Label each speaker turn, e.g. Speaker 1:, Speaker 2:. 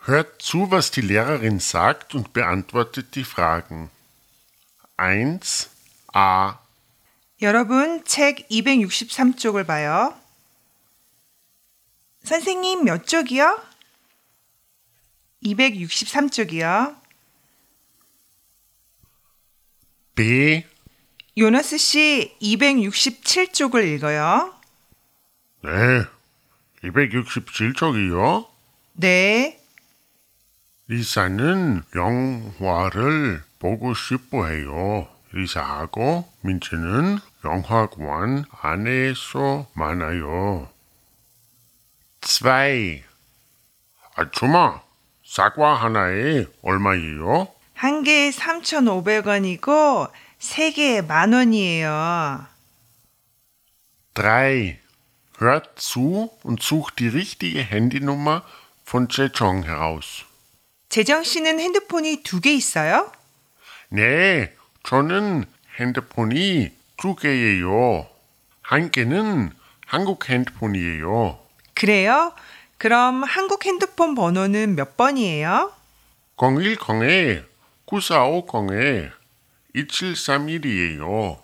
Speaker 1: Hört zu, was die Lehrerin sagt und beantwortet die Fragen. 1. A.
Speaker 2: 여러분, 책 263쪽을 봐요. 선생님, 몇 쪽이요? 263쪽이요.
Speaker 1: B.
Speaker 2: 요나스 씨 267쪽을 읽어요.
Speaker 1: 네. 267쪽이요.
Speaker 2: 네.
Speaker 1: 리사는 영화를 보고 싶어 해요. 리사하고 민지는 영화관 안에서 만나요. 2. 아줌마, 사과 하나에 얼마예요?
Speaker 2: 한 개에 3,500원이고 세 개에 만 원이에요.
Speaker 1: 3. Hört zu und sucht die richtige Handynummer von Chechong heraus.
Speaker 2: 재정 씨는 핸드폰이 두 개 있어요?
Speaker 1: 네, 저는 핸드폰이 두 개예요. 한 개는 한국 핸드폰이에요.
Speaker 2: 그래요? 그럼 한국 핸드폰 번호는 몇 번이에요?
Speaker 1: 010에 9450에 2731이에요.